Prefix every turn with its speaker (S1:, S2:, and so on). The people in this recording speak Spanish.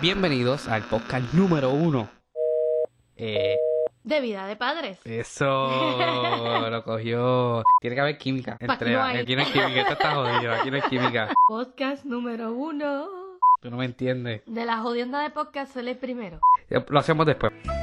S1: Bienvenidos al podcast número uno. Eh,
S2: De vida de padres.
S1: eso lo cogió. Tiene que haber química
S2: Pa-
S1: entre.
S2: no hay.
S1: aquí no hay química, esto está jodido. Aquí no hay química.
S2: Podcast número uno.
S1: Tú no me entiendes.
S2: De la jodienda de podcast, él el primero.
S1: Lo hacemos después.